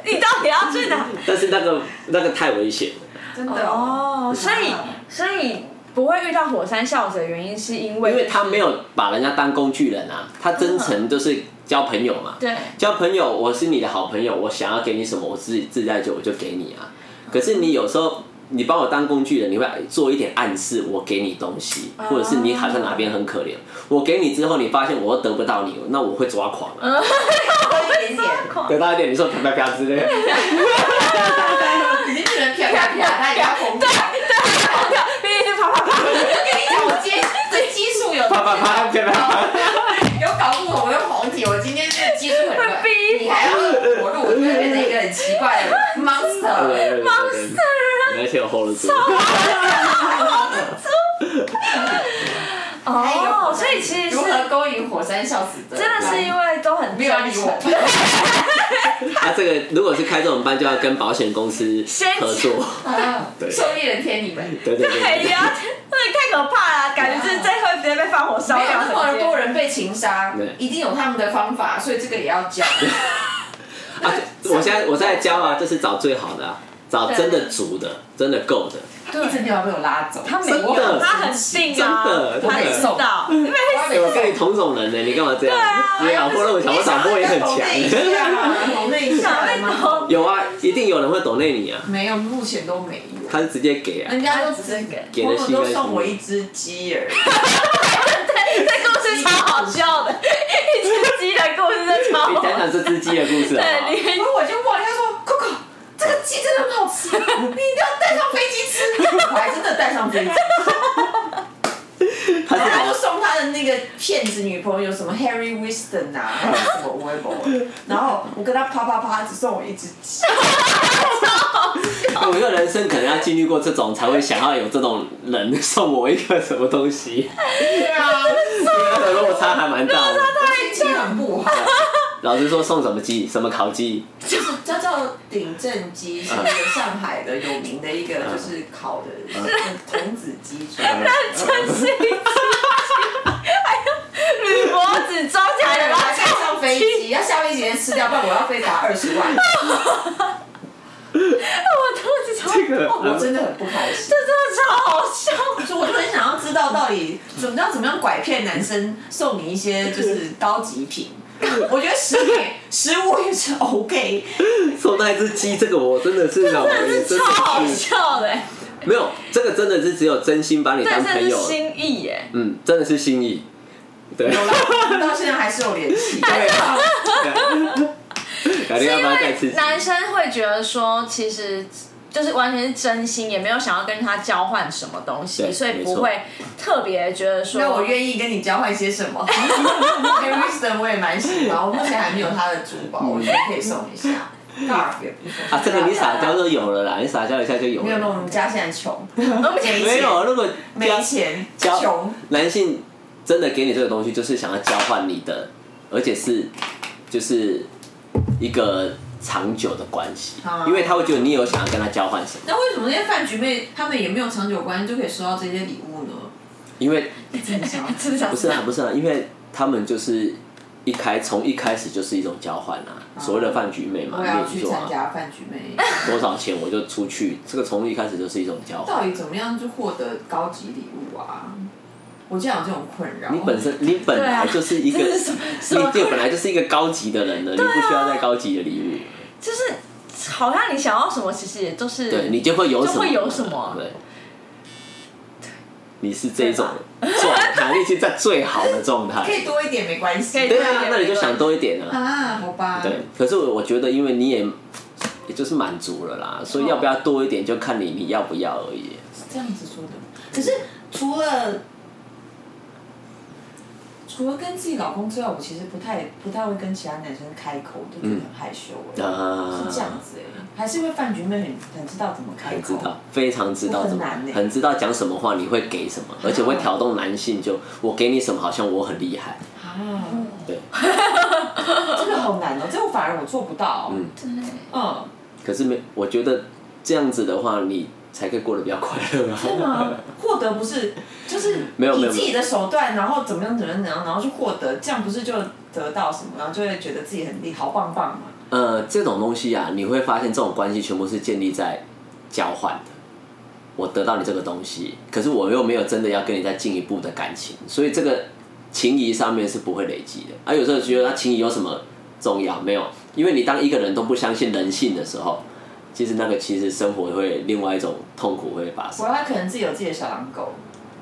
S7: 你到底要去哪？
S5: 但是那个那个太危险了，
S6: 真的哦，
S7: 哦，所以所以不会遇到火山孝子的原因是因为
S5: 因为他 没有把人家当工具人啊，他真诚就是交朋友嘛。
S7: 对
S5: 交朋友，我是你的好朋友，我想要给你什么，我自己自在就我就给你啊。可是你有时候你把我当工具人，你会做一点暗示，我给你东西，或者是你好像哪边很可怜，我给你之后，你发现我又得不到你，那我会抓狂啊，
S6: 多一点点，
S5: 得到一点你说啪啪啪之类的。
S6: 你只能啪啪啪，他也要红掉。
S7: 毕竟是啪啪啪，
S6: 我跟你讲，我今天这激素有
S5: 啪啪啪啪啪啪，
S6: 有搞不懂，我用红体，我今天这个激素很
S7: 会
S6: 乱，
S7: 逼
S6: 你还要我入，我就变成一个很奇怪的 monster。
S5: 对对对对对而且我 hold 得住。哎
S6: 还有一个火
S7: 哦，
S6: 山
S7: 所以其实
S6: 如
S7: 是
S6: 何勾引火山孝子的？
S7: 真的是因为都很
S6: 没有人
S7: 专
S6: 理
S7: 情，
S6: 我，
S5: 啊，这个如果是开这种班，就要跟保险公司
S7: 先
S5: 合作。
S6: 啊
S5: 对
S6: 受益人天你们。
S5: 对对
S7: 哎
S5: 对，
S7: 呀，这也太可怕了，感觉是这会直接被放火烧
S6: 没有
S7: 掉
S6: 那么
S7: 整间
S6: 多。人被情杀
S5: 对，
S6: 一定有他们的方法，所以这个也要教。
S5: 啊，我现在我在教啊，就是找最好的、啊，找真的足的，真的够的。
S6: 一直没有被我拉走，
S7: 他没
S5: 真
S7: 有，
S5: 的
S7: 他很定啊，
S5: 真的
S7: 他知道，因为
S5: 哎，我跟你同种人呢，你干嘛这样？
S6: 啊
S5: 你老婆那么强，我老婆也很强。
S6: 我那一
S7: 小
S6: 下
S7: 妹头
S5: 有啊，一定有人会懂内你啊，
S6: 没有，目前都没有。
S5: 他是直接给啊，
S6: 人家都只是
S5: 给了
S6: 朋友
S5: 心甘
S6: 都
S5: 情
S6: 送我
S5: 愿
S6: 一只鸡而已。
S7: 这故事超好笑的， 一只鸡的故事真的超
S5: 你
S7: 好
S5: 讲
S7: 笑。
S5: 讲这只鸡的故事好不好
S7: 对，？你
S6: 然后我就问他说：“Coco，这个鸡真的很好吃，你一定要带上飞机吃。” 我还真的带上飞机，
S5: 他
S6: 然后他就是送他的那个骗子女朋友什么 Harry Winston 啊，还有 什么 w e b e 然后我跟他啪啪啪，只送我一只 鸡。
S5: 我觉得人生可能要经历过这种，才会想要有这种人 送我一个什么东西。
S6: 对 啊，
S5: 那落差还蛮大的。
S6: 心 情很 不好。
S5: 老师说送什么鸡？什么烤鸡？
S6: 就是叫叫鼎正鸡，是一个上海的有名的一个就是烤的
S5: 嗯
S6: 童子鸡出来。
S7: 真是一只鸡，还有铝箔纸装起
S5: 嗯
S7: 来的，然后
S6: 要带上飞 机，要下飞机前吃掉，不然我要被罚二十 万。
S7: 我肚子超，这真的
S6: 我真的很不开心。
S7: 超好笑。
S6: 所以我就很想要知道到底怎么样怎么样拐骗男生送你一些就是高级 品。我觉得食品食物也是 OK，
S5: 送那一只鸡，这个我真的是让我
S7: 真的是超好笑的，
S5: 没有，这个真的是只有真心把你
S7: 但
S5: 当
S7: 真的
S5: 朋
S7: 是
S5: 友，
S7: 心意耶，
S5: 嗯，真的是心意，对，
S6: 到现在还是有联系。
S5: 对啊，改天要不要再吃鸡？
S7: 男生会觉得说，其实就是完全是真心，也没有想要跟他交换什么东西，
S5: 对
S7: 所以
S5: 没错
S7: 不会特别觉得说，
S6: 那 我愿意跟你交换些什么 h a r r i s o n 我也蛮喜欢，我目前还没有他的珠宝，我觉得可以送一下。Garf 也不错
S5: 嗯啊，这个你撒娇就有了啦，你撒娇一下就有
S6: 没有那
S5: 了。
S6: 我们家现在穷，
S5: 没
S6: 没
S5: 有，如果
S6: 没钱，
S5: 交
S6: 穷，
S5: 男性真的给你这个东西，就是想要交换你的，而且是就是一个长久的关系
S6: 好啊，
S5: 因为他会觉得你有想要跟他交换什么，
S6: 那为什么那些饭局妹他们也没有长久关系就可以收到这些礼物呢？
S5: 因为
S6: 真的想
S7: 真的想
S5: 不是啊，不是啊，因为他们就是一开从一开始就是一种交换啊，
S7: 哦
S5: 所谓的饭局妹嘛，
S6: 我也
S5: 你
S6: 要
S5: 也
S6: 去
S5: 去做
S6: 参
S5: 啊，
S6: 加饭局妹，
S5: 多少钱我就出去，这个从一开始就是一种交换。
S6: 到底怎么样就获得高级礼物啊？我竟然有这种困扰。
S5: 你本身你本
S7: 对啊
S5: 来就是一个，
S7: 这是什么什么啊
S5: 你就本来就是一个高级的人了，你不需要再高级的礼物，
S7: 就是好像你想要什么，其实也都是
S5: 对你就会有什么，
S7: 就会有什么
S5: 对。你是这种状态，你已经在最好的状态
S6: 可，以多一点没关系。
S7: 可以
S5: 对
S7: 多一
S5: 啊，
S7: 点
S5: 那你就想多一点啊。
S6: 啊，好吧。
S5: 对，可是我我觉得，因为你也也就是满足了
S6: 哦
S5: 啦，所以要不要多一点就看你你要不要而已。
S6: 这样子说的。可是除了除了跟自己老公之外，我其实不太不太会跟其他男生开口，我都觉得很害羞哎、
S5: 嗯啊
S6: 是这样子哎、还是因为饭局妹很很知道怎么开
S5: 很
S6: 口
S5: 知。道，非常知道怎么
S6: 我哦很难欸，
S5: 很知道讲什么话，你会给什么，而且会挑动男性就，我给你什么，好像我很厉害。
S6: 啊，
S5: 对，
S6: 这个好难哦、这个反而我做不到。
S5: 嗯
S6: 嗯，
S5: 可是没，我觉得这样子的话，你才可以过得比较快乐啊。
S6: 真的吗？获得不是就是
S5: 没有没
S6: 以
S5: 有
S6: 自己的手段，然后怎么样怎么样怎么样，然后去获得，这样不是就得到什么，然后就会觉得自己很厉好棒棒嘛。
S5: 呃，这种东西啊，你会发现这种关系全部是建立在交换的。我得到你这个东西，可是我又没有真的要跟你再进一步的感情，所以这个情谊上面是不会累积的。啊，有时候觉得啊情谊有什么重要？没有，因为你当一个人都不相信人性的时候，其实那个其实生活会另外一种痛苦会发生
S6: 我。他可能自己有自己的小狼狗。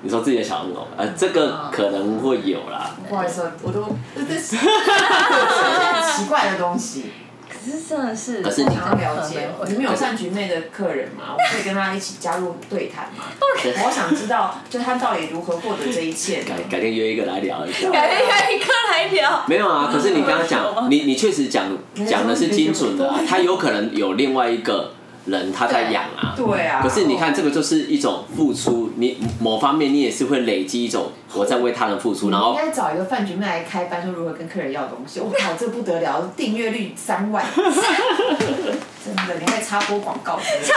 S5: 你说自己的小狼狗，呃，这个可能会有啦。
S6: 不好意思， 我都这是很奇怪的东西，
S7: 可是真的是，
S5: 可是
S6: 我
S5: 你
S6: 想要了 解
S7: 我。
S6: 你们有饭局妹的客人 吗？我可以跟他一起加入对谈吗？我好想知道，就他到底如何获得这一切 呢
S5: 改？改天约一个来聊一下。
S7: 改天开一个来聊，
S5: 没有啊，可是你刚刚
S7: 有啊
S5: 讲，你你确实讲讲的是精准的、啊，他有可能有另外一个人他在养啊。
S6: 对啊，
S5: 可是你看，这个就是一种付出，你某方面你也是会累积一种我在为他人付出，然
S6: 应
S5: 后
S6: 该找一个饭局妹来开班，说如何跟客人要东西。我靠，这不得了，订阅率 三万，真的，你可以插播广告之类的。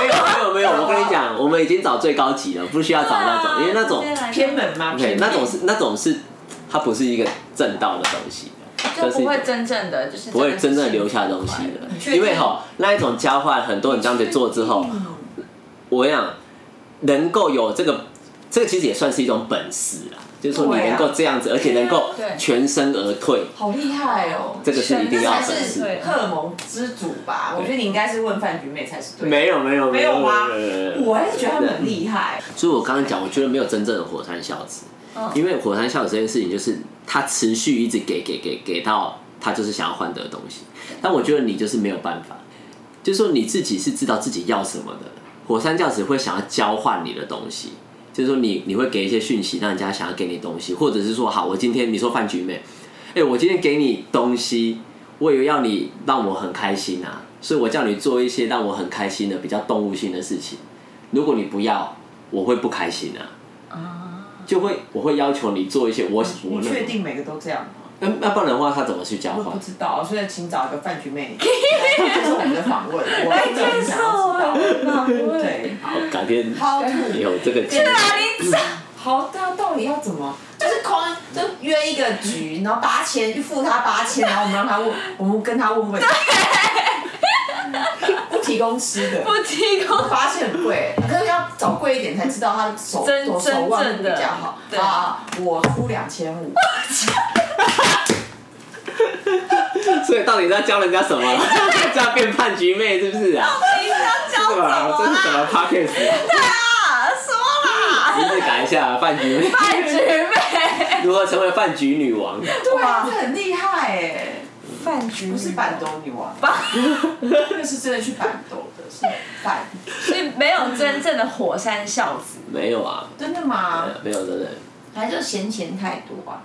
S5: 没有没有没有，我跟你讲，我们已经找最高级了，不需要找那种，因为那种
S7: 对啊
S6: 偏门吗？
S5: 对
S6: 偏门
S5: 那种是那种是它不是一个正道的东西，
S7: 就
S5: 就是
S7: 不会真正的就是
S5: 不会真正留下东西的，因为哈那一种交换，很多人这样子做之后，我跟你讲能够有这个，这个其实也算是一种本事啦，就是说你
S6: 对啊啊
S5: 能够这样子，而且能够
S7: 对
S5: 全身而退，
S6: 好厉害哦！
S5: 这个是一定要
S6: 才
S5: 的本
S6: 是
S5: 事。
S6: 荷尔蒙之主吧？我觉得你应该是问饭局妹才是对的。
S5: 没有没有
S6: 没有吗
S5: 没有没有没有？
S6: 我还是觉得他们很厉害。
S5: 所以我刚刚讲，我觉得没有真正的火山孝子，
S6: 嗯
S5: 因为火山孝子这件事情就是他持续一直给给给给到他就是想要换得的东西，但我觉得你就是没有办法，就是说你自己是知道自己要什么的，火山孝子会想要交换你的东西。就是说你你会给一些讯息，让人家想要给你东西，或者是说，好，我今天你说饭局妹，哎、我今天给你东西，我以为要你让我很开心啊，所以我叫你做一些让我很开心的比较动物性的事情。如果你不要，我会不开心啊，就会我会要求你做一些我我
S6: 你
S5: 那
S6: 确定每个都这样吗？
S5: 那那不然的话，他怎么去交
S6: 我不
S5: 换？
S6: 知道，所以请找一个饭局妹， 这是我们的访问，我真的很想要知道。对，
S5: 好，哦改天
S6: 好
S5: 有这个机会。
S7: 啊
S6: 好大到底要怎么？就是框，就约一个局，然后八千就付他八千，然后我们让他问，我们跟他 问问题，不提供吃的。
S7: 不提供
S6: 我发现很贵，可是要找贵一点才知道他的手
S7: 真
S6: 手手腕
S7: 真
S6: 比
S7: 正的
S6: 较好
S7: 对
S6: 啊。我出两千 五，
S5: 所以到底在教人家什么？ 这样变饭局妹是不是啊？
S7: 你要教
S5: 这
S7: 怎
S5: 个啊
S7: 么
S5: 这是什么 p o c k e t 啊？
S7: 啦？什么啦？
S5: 名字改一下，饭局妹
S7: 饭局妹，
S5: 如何成为饭局女王？
S6: 对啊，这很厉害哎、
S7: 饭局
S6: 不是板斗女王， 那是真的去板斗的，是板，
S7: 所以没有真正的火山孝子，
S5: 没有啊，
S6: 真的吗？
S5: 没有真的。
S6: 还就嫌钱太多啊？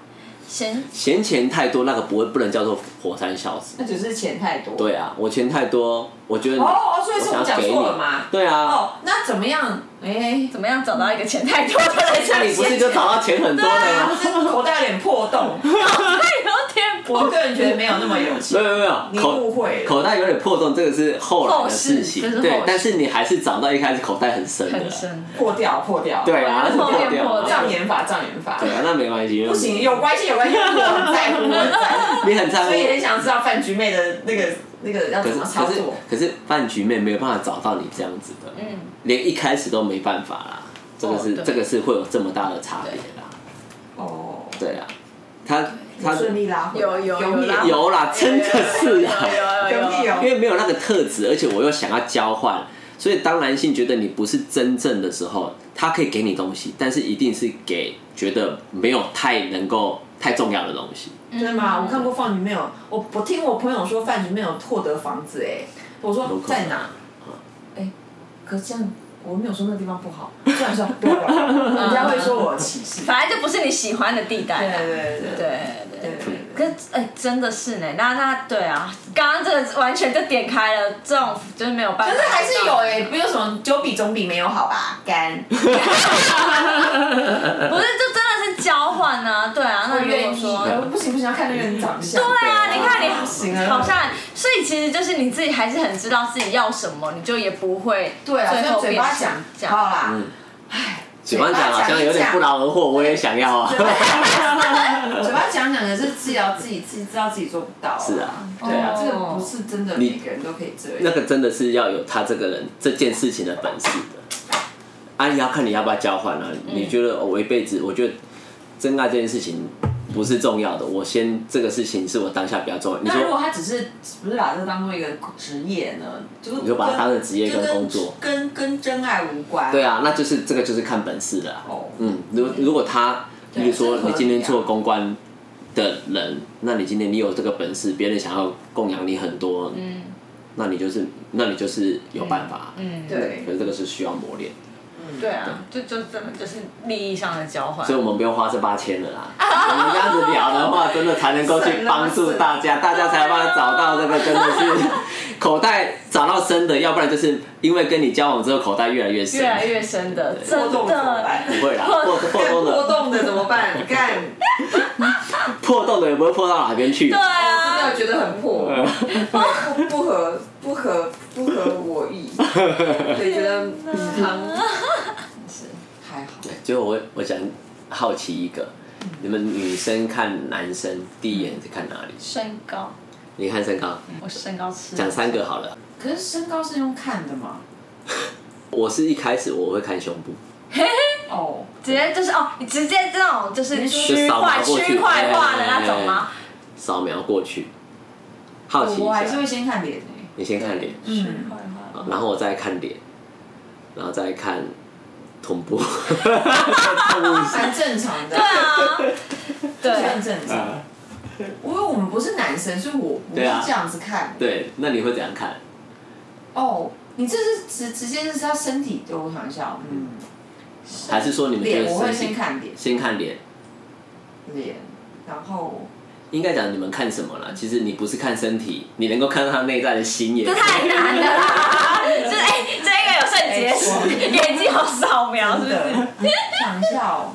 S7: 先
S5: 嫌钱太多，那个不会不能叫做火山孝子。
S6: 那只是钱太多。
S5: 对啊，我钱太多，我觉得你
S6: 哦哦，所以是我
S5: 我
S6: 们
S5: 想
S6: 讲
S5: 要给你
S6: 错了嘛？
S5: 对啊
S6: 哦，那怎么样？哎、
S7: 怎么样找到一个钱太多的人？
S5: 那你不是就找到钱很多了
S6: 啊
S5: 吗？
S6: 这口袋有点破洞，
S7: 脑袋有点
S6: 我个人觉得没有那么有
S5: 没
S6: 钱。
S5: 有没有没有，
S6: 你
S5: 口
S6: 误会了
S5: 口袋有点破洞，这个是后来的事
S7: 后
S5: 情
S7: 事这是，后
S5: 对
S7: 事，
S5: 但是你还是找到一开始口袋很深的啦，
S7: 很深。
S6: 破掉，破掉。
S5: 对啊，那是
S7: 后面
S5: 破掉
S7: 破
S5: 啊，
S7: 掉
S6: 障眼法，障眼法。
S5: 对 啊，那没关系，
S6: 不行，有关系，有关系。我很在乎，我很 在乎。
S5: 你很在乎
S6: 所，以很想知道饭局妹的那个那个要
S5: 可
S6: 怎
S5: 是
S6: 么操
S5: 可是
S6: 作。
S5: 可是饭局妹没有办法找到你这样子的，
S7: 嗯，
S5: 连一开始都没办法啦，这个是
S7: 对
S5: 这个是会有这么大的差别啦，
S6: 哦，
S5: 对啊，他他
S6: 顺利哎拉回来。
S7: 有有
S6: 有
S7: 有拉
S6: 有
S5: 有啦，真的是
S6: 哎
S5: 啊。
S7: 有有有有，
S6: 哦
S5: 因为没有那个特质，而且我又想要交换，所以当男性觉得你不是真正的时候，他可以给你东西，但是一定是给觉得没有太能够太重要的东西。
S6: 哦真的吗？我看过饭局妹有，我我听我朋友说饭局妹有获得房子哎，我
S5: 有
S6: 说
S5: 可能啊
S6: 在哪？哎，可是这样我没有说那地方不好，算了算了，不要管，人家会说我歧视。
S7: 反正就不是你喜欢的地带
S6: 对
S7: 啊。
S6: 对对对
S7: 对对
S6: 对
S7: 对。
S6: 对对。
S7: 可是哎、真的是呢，那那对啊，刚刚这个完全就点开了，这种就是没有办
S6: 可
S7: 法。
S6: 是还是有哎、不用什么九比总比没有好吧？干，
S7: 不是，这真的是交换啊，对啊，那
S6: 我
S7: 如
S6: 愿
S7: 果
S6: 意，
S7: 说。
S6: 呃不行不行，要看那个人长相。
S7: 对啊，
S5: 对啊
S7: 你看
S6: 不行
S7: 你
S6: 啊
S7: 好像，所以其实就是你自己还是很知道自己要什么，你就也不会
S6: 对啊，
S7: 最
S6: 所以
S7: 后
S6: 嘴
S7: 变
S6: 巴
S7: 成
S6: 讲
S7: 这
S6: 好
S7: 样。
S6: 啦，
S5: 嗯嘴巴
S6: 哎
S5: 讲好像有点不劳而获，我也想要啊。
S6: 嘴巴讲讲的是自己要自己自己知道自己做不到、
S5: 是啊，
S6: 对啊，
S7: 哦
S6: 这个不是真的每个人都可以这
S5: 那
S6: 样。
S5: 个真的是要有他这个人这件事情的本事的。啊，你要看你要不要交换啊。你觉得、哦我一辈子，我觉得真爱这件事情不是重要的，我先这个事情是我当下比较重要。你
S6: 那如
S5: 说
S6: 果他只是不是把这当做一个职业呢？就是
S5: 你就把他当成职业
S6: 就
S5: 跟工作
S6: 跟跟真爱无关。
S5: 对啊，那就是这个就是看本事了啊、
S6: 哦，
S5: 嗯，如如果他，
S6: 对
S5: 比如说
S6: 这合
S5: 你
S6: 理
S5: 今天
S6: 啊
S5: 做公关的人，那你今天你有这个本事，别人想要供养你很多，
S7: 嗯
S5: 那你就是那你就是有办法。
S7: 嗯，
S6: 对
S5: 可，是这个是需要磨练，
S7: 对啊，就就真的就是利益上的交换
S5: 所。以我们不用花这八千了啦。我们这样子聊的话，真的才能够去帮助大家，大家才帮他找到这个真的是口袋找到深的，要不然就是因为跟你交往之后口袋越来越深
S7: 越。来越深的，真
S6: 破洞怎么
S7: 的，
S6: 办？
S5: 不会啦，破破洞
S6: 破
S5: 的
S6: 洞的怎么办？干，
S5: 破洞的也不会破到哪边去。
S7: 对
S6: 真
S7: 啊
S6: 的，觉得很破。不不合不合不合我意，所以觉得嗯，是还好。
S5: 最后我我想好奇一个，你们女生看男生第一眼是看哪里？
S7: 身高，嗯
S5: 你看身高，
S7: 我身高吃，
S5: 讲三个好了。
S6: 可是身高是用看的嘛？
S5: 我是一开始我会看胸部，
S6: 哦，
S7: 直接就是哦，你直接这种就是
S5: 就
S7: 区
S5: 扫描
S7: 块
S5: 过去哎
S7: 区块化的那种吗？
S5: 扫描过去，好奇一
S6: 哦我还是
S5: 下
S6: 会。先看脸欸诶。
S5: 你先看脸，
S6: 嗯，
S5: 好然后我再看脸，然后再看臀部。
S6: 蛮正常的
S7: 对，啊，
S5: 哎
S6: 算
S7: 对，
S6: 正常。因为我们不是男生，所以我不
S5: 对
S6: 是
S5: 啊
S6: 这样子看。
S5: 嗯对，那你会怎样看？
S6: 哦，你这是直直接是他身体的，我想一下，嗯，
S5: 还是说你们觉
S6: 脸
S5: 得
S6: 我会
S5: 身体
S6: 先看脸，
S5: 先看脸？
S6: 脸，然后
S5: 应该讲你们看什么啦？其实你不是看身体，你能够看到他内在的心眼
S7: 这。太难 了啦，就是哎，这个有肾结石，眼睛有扫描，是不是？
S6: 想一下 哦，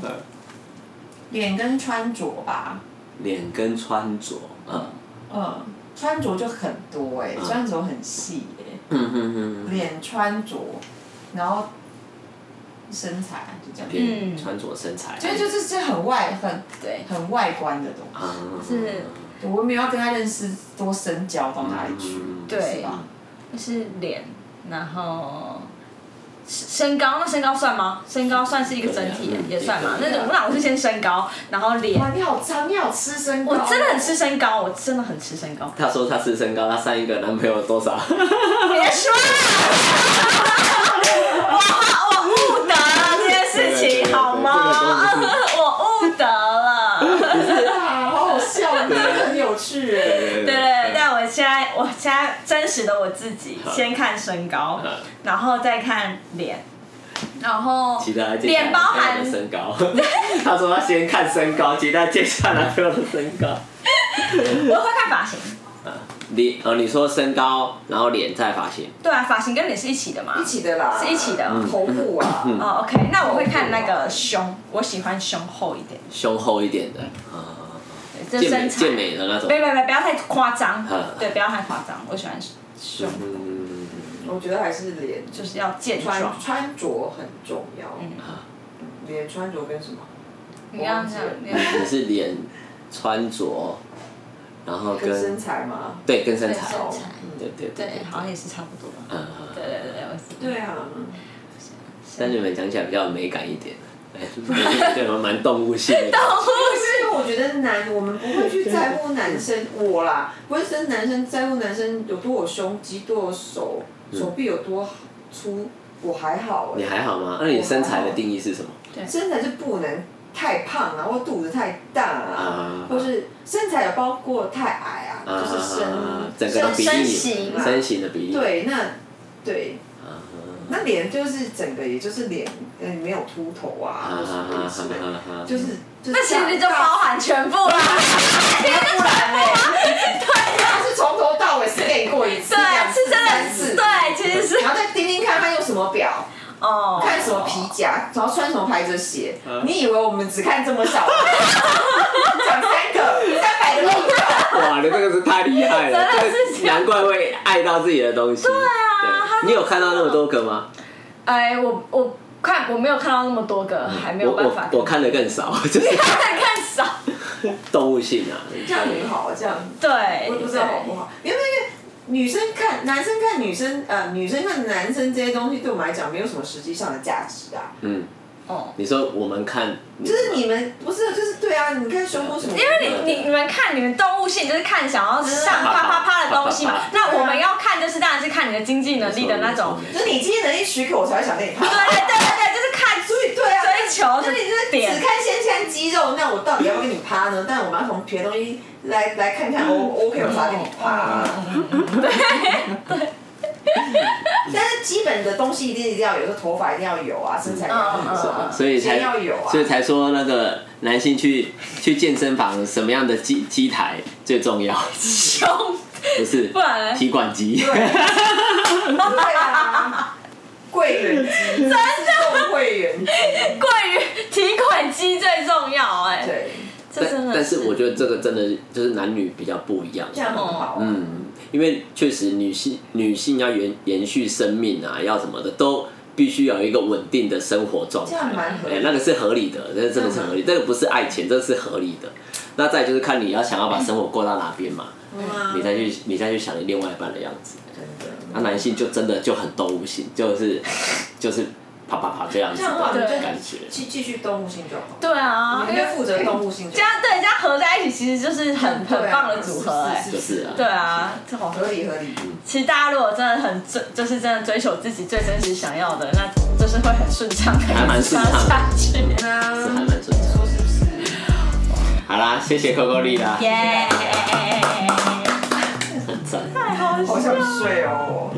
S6: 脸跟穿着吧，
S5: 脸跟穿着，嗯
S6: 嗯，穿着就很多哎、
S5: 嗯
S6: 穿着很细哎、
S5: 嗯哼哼
S6: 脸穿着，然后身材就这样，
S5: 脸
S7: 嗯
S5: 穿着身材，
S6: 所以就是这很外很
S7: 对，
S6: 很外观的东西，
S5: 啊，
S7: 是
S6: 我没有要跟他认识多深交到哪里去，
S5: 嗯
S6: 是
S7: 对，
S6: 吧？
S7: 就是脸，然后身身高，那身高算吗？身高算是一个整体
S5: 对啊嗯啊
S7: 也算嘛？
S5: 对
S7: 那
S5: 啊。
S7: 种那我是先身高，然后脸。
S6: 哇，你好脏，你好吃身高，
S7: 我真的很吃身高，我真的很吃身高
S5: 她说她是身高，她上一个男朋友多少？
S7: 别说了，我我误得了这件事
S5: 对对对
S7: 情，好吗？
S5: 这个都不
S7: 我误得了，
S6: 啊，好好笑，你真的很有趣哎、
S5: 对
S7: 对对，但我现在我现在真实的我自己，先看身高，
S6: 嗯
S7: 然后再看脸，然后
S5: 期待她接下来
S7: 脸包含
S5: 男朋友的身高。 她说她先看身高，期待接下来男朋友的身高。
S7: 我会看发型，
S5: 你哦，你说身高，然后脸再发型，
S7: 对啊，发型跟脸是一起的嘛，
S6: 一起的啦，
S7: 是一起的。
S5: 嗯
S6: 头部啊，
S7: 哦，OK，那我会看那个胸，我喜欢胸厚一点，
S5: 胸厚一点的。啊，
S7: 对就
S5: 健美
S7: 身材
S5: 健美的那种
S7: 别，别别，不要太夸张
S5: 嗯，
S7: 对，不要太夸张，我喜欢胸，
S5: 嗯，
S6: 我觉得还是脸
S7: 就是要健壮
S6: 穿。穿着很重要，
S7: 嗯
S6: 脸穿着跟什么？
S7: 你刚刚讲
S6: 我忘记了
S7: 脸
S5: 你是脸穿着，然后
S6: 跟身
S5: 跟
S6: 材吗？
S5: 对跟身
S7: 对身
S5: 材，
S7: 材，
S5: 对对
S7: 对，好像也是差不多吧。
S5: 嗯嗯，
S7: 对对对，我是
S6: 对啊，
S5: 但你们讲起来比较美感一点， 对，我们蛮动物性的。
S6: 因为我觉得男，我们不会去在乎男生，
S5: 嗯
S6: 我啦，不会跟男生在乎男生有多有胸肌、多有手、
S5: 嗯
S6: 手臂有多粗，我还好
S5: 你
S6: 哎、
S5: 还好吗？那你身材的定义是什么？
S6: 身材就不能太胖啊，或肚子太大啊，
S5: 啊
S6: 或是身材有包括太矮啊，就是
S5: 啊
S6: 身
S5: 整个的比
S7: 身
S5: 例，
S7: 形
S6: 啊
S5: 身形的比例。
S6: 对，那对，
S5: 啊
S6: 那脸就是整个，也就是脸，呃，没有秃头啊，或什么之类的，
S5: 啊
S6: 就是就是
S7: 那其实就包含全部啦，
S6: 不然嘞，他是从头到尾是给你过一次，两
S7: 对，
S6: 次
S7: 是
S6: 三
S7: 真的，
S6: 次，
S7: 对，其实是
S6: 然后再盯盯看他用什么表，
S7: 哦，
S6: 看什么皮夹，然后穿什么牌子的鞋，你以为我们只看这么少吗？ 讲三个，三百个路标。
S5: 哇，你这个是太厉害了，
S7: 真的是
S5: 这个难怪会爱到自己的东西。对啊，你有看到那么多个吗？
S7: 哎，我我看我没有看到那么多个，还没
S5: 我
S7: 有办法
S5: 我，我看的更少， 就是
S7: 看看少，
S5: 动物性啊。
S6: 这样很好，这样
S7: 对，
S6: 我也不知道好不
S7: 啊
S6: 好，因为那个女生看男生看女生，呃，女生看男生这些东西，对我们来讲没有什么实际上的价值啊。
S5: 嗯，
S7: 哦，
S5: 你说我们看，
S6: 就是你们不是就是对啊？你看胸部什么？
S7: 因为你你你们看你们动物性就是看想要上啪啪啪的东西嘛，那我们要看就是当然是看你的经济能力的那种，
S6: 就是你经济能力许可，我才会想跟你
S7: 对
S6: 拍。
S7: 对对对对，就是看
S6: 所以对啊，
S7: 追求
S6: 那
S7: 的
S6: 你就是
S7: 点
S6: 只看先看肌肉，那我到底要不要跟你趴呢？但我们要从别的东西来来看看 O OK 我才跟你趴、
S5: 嗯
S6: 对对。 但是基本的东西一定一定要有，说头发一定要有啊，身材一定要有啊，
S5: 所以才
S6: 先要有啊
S5: 所。以才说那个男性去去健身房什么样的机机台最重要？
S7: 胸，
S5: 不是
S7: 不然嘞
S5: 提款机。
S6: 对啊，柜员机，真的会员机，
S7: 贵于提款机最重要哎、
S6: 对，
S7: 这真
S5: 但
S7: 的
S5: 但是我觉得这个真的就是男女比较不一样。
S6: 这样很好、啊。
S5: 嗯，因为确实女性女性要延延续生命啊，要什么的都必须有一个稳定的生活状
S6: 这样嗯
S5: 态。
S6: 蛮合
S5: 哎、
S6: 理的。
S5: 那个是合理的，这真的是合理，这个不是爱钱，这是合理的。那再就是看你要想要把生活过到哪边嘛，
S6: 嗯
S5: 你再去你再去想你另外一半的样子。那男性就真的就很动物性，就是就是啪啪啪这样子
S6: 这样的话，你
S5: 的
S6: 就
S5: 感觉。
S6: 继继续动物性就好。
S7: 对啊，
S6: 你
S7: 因
S6: 就
S7: 为
S6: 负责动物性就
S7: 这
S6: 好。
S7: 样对这样合在一起，其实就是很
S6: 对啊
S7: 很棒的组合哎、
S6: 是
S5: 就是啊
S7: 对啊，这好合
S6: 合
S7: 理。
S6: 理合理。
S7: 其实大家如果真的很追，就是真的追求自己最真实想要的，那就是会很顺畅的，
S5: 还蛮顺畅的
S7: 下去。
S6: 那
S5: 啊还蛮顺畅。
S6: 说是不是？
S5: 好啦，谢谢 Coco 丽啦，
S7: 耶！
S5: 很赞。
S7: 太好笑
S6: 好想
S7: 了。
S6: 睡哦。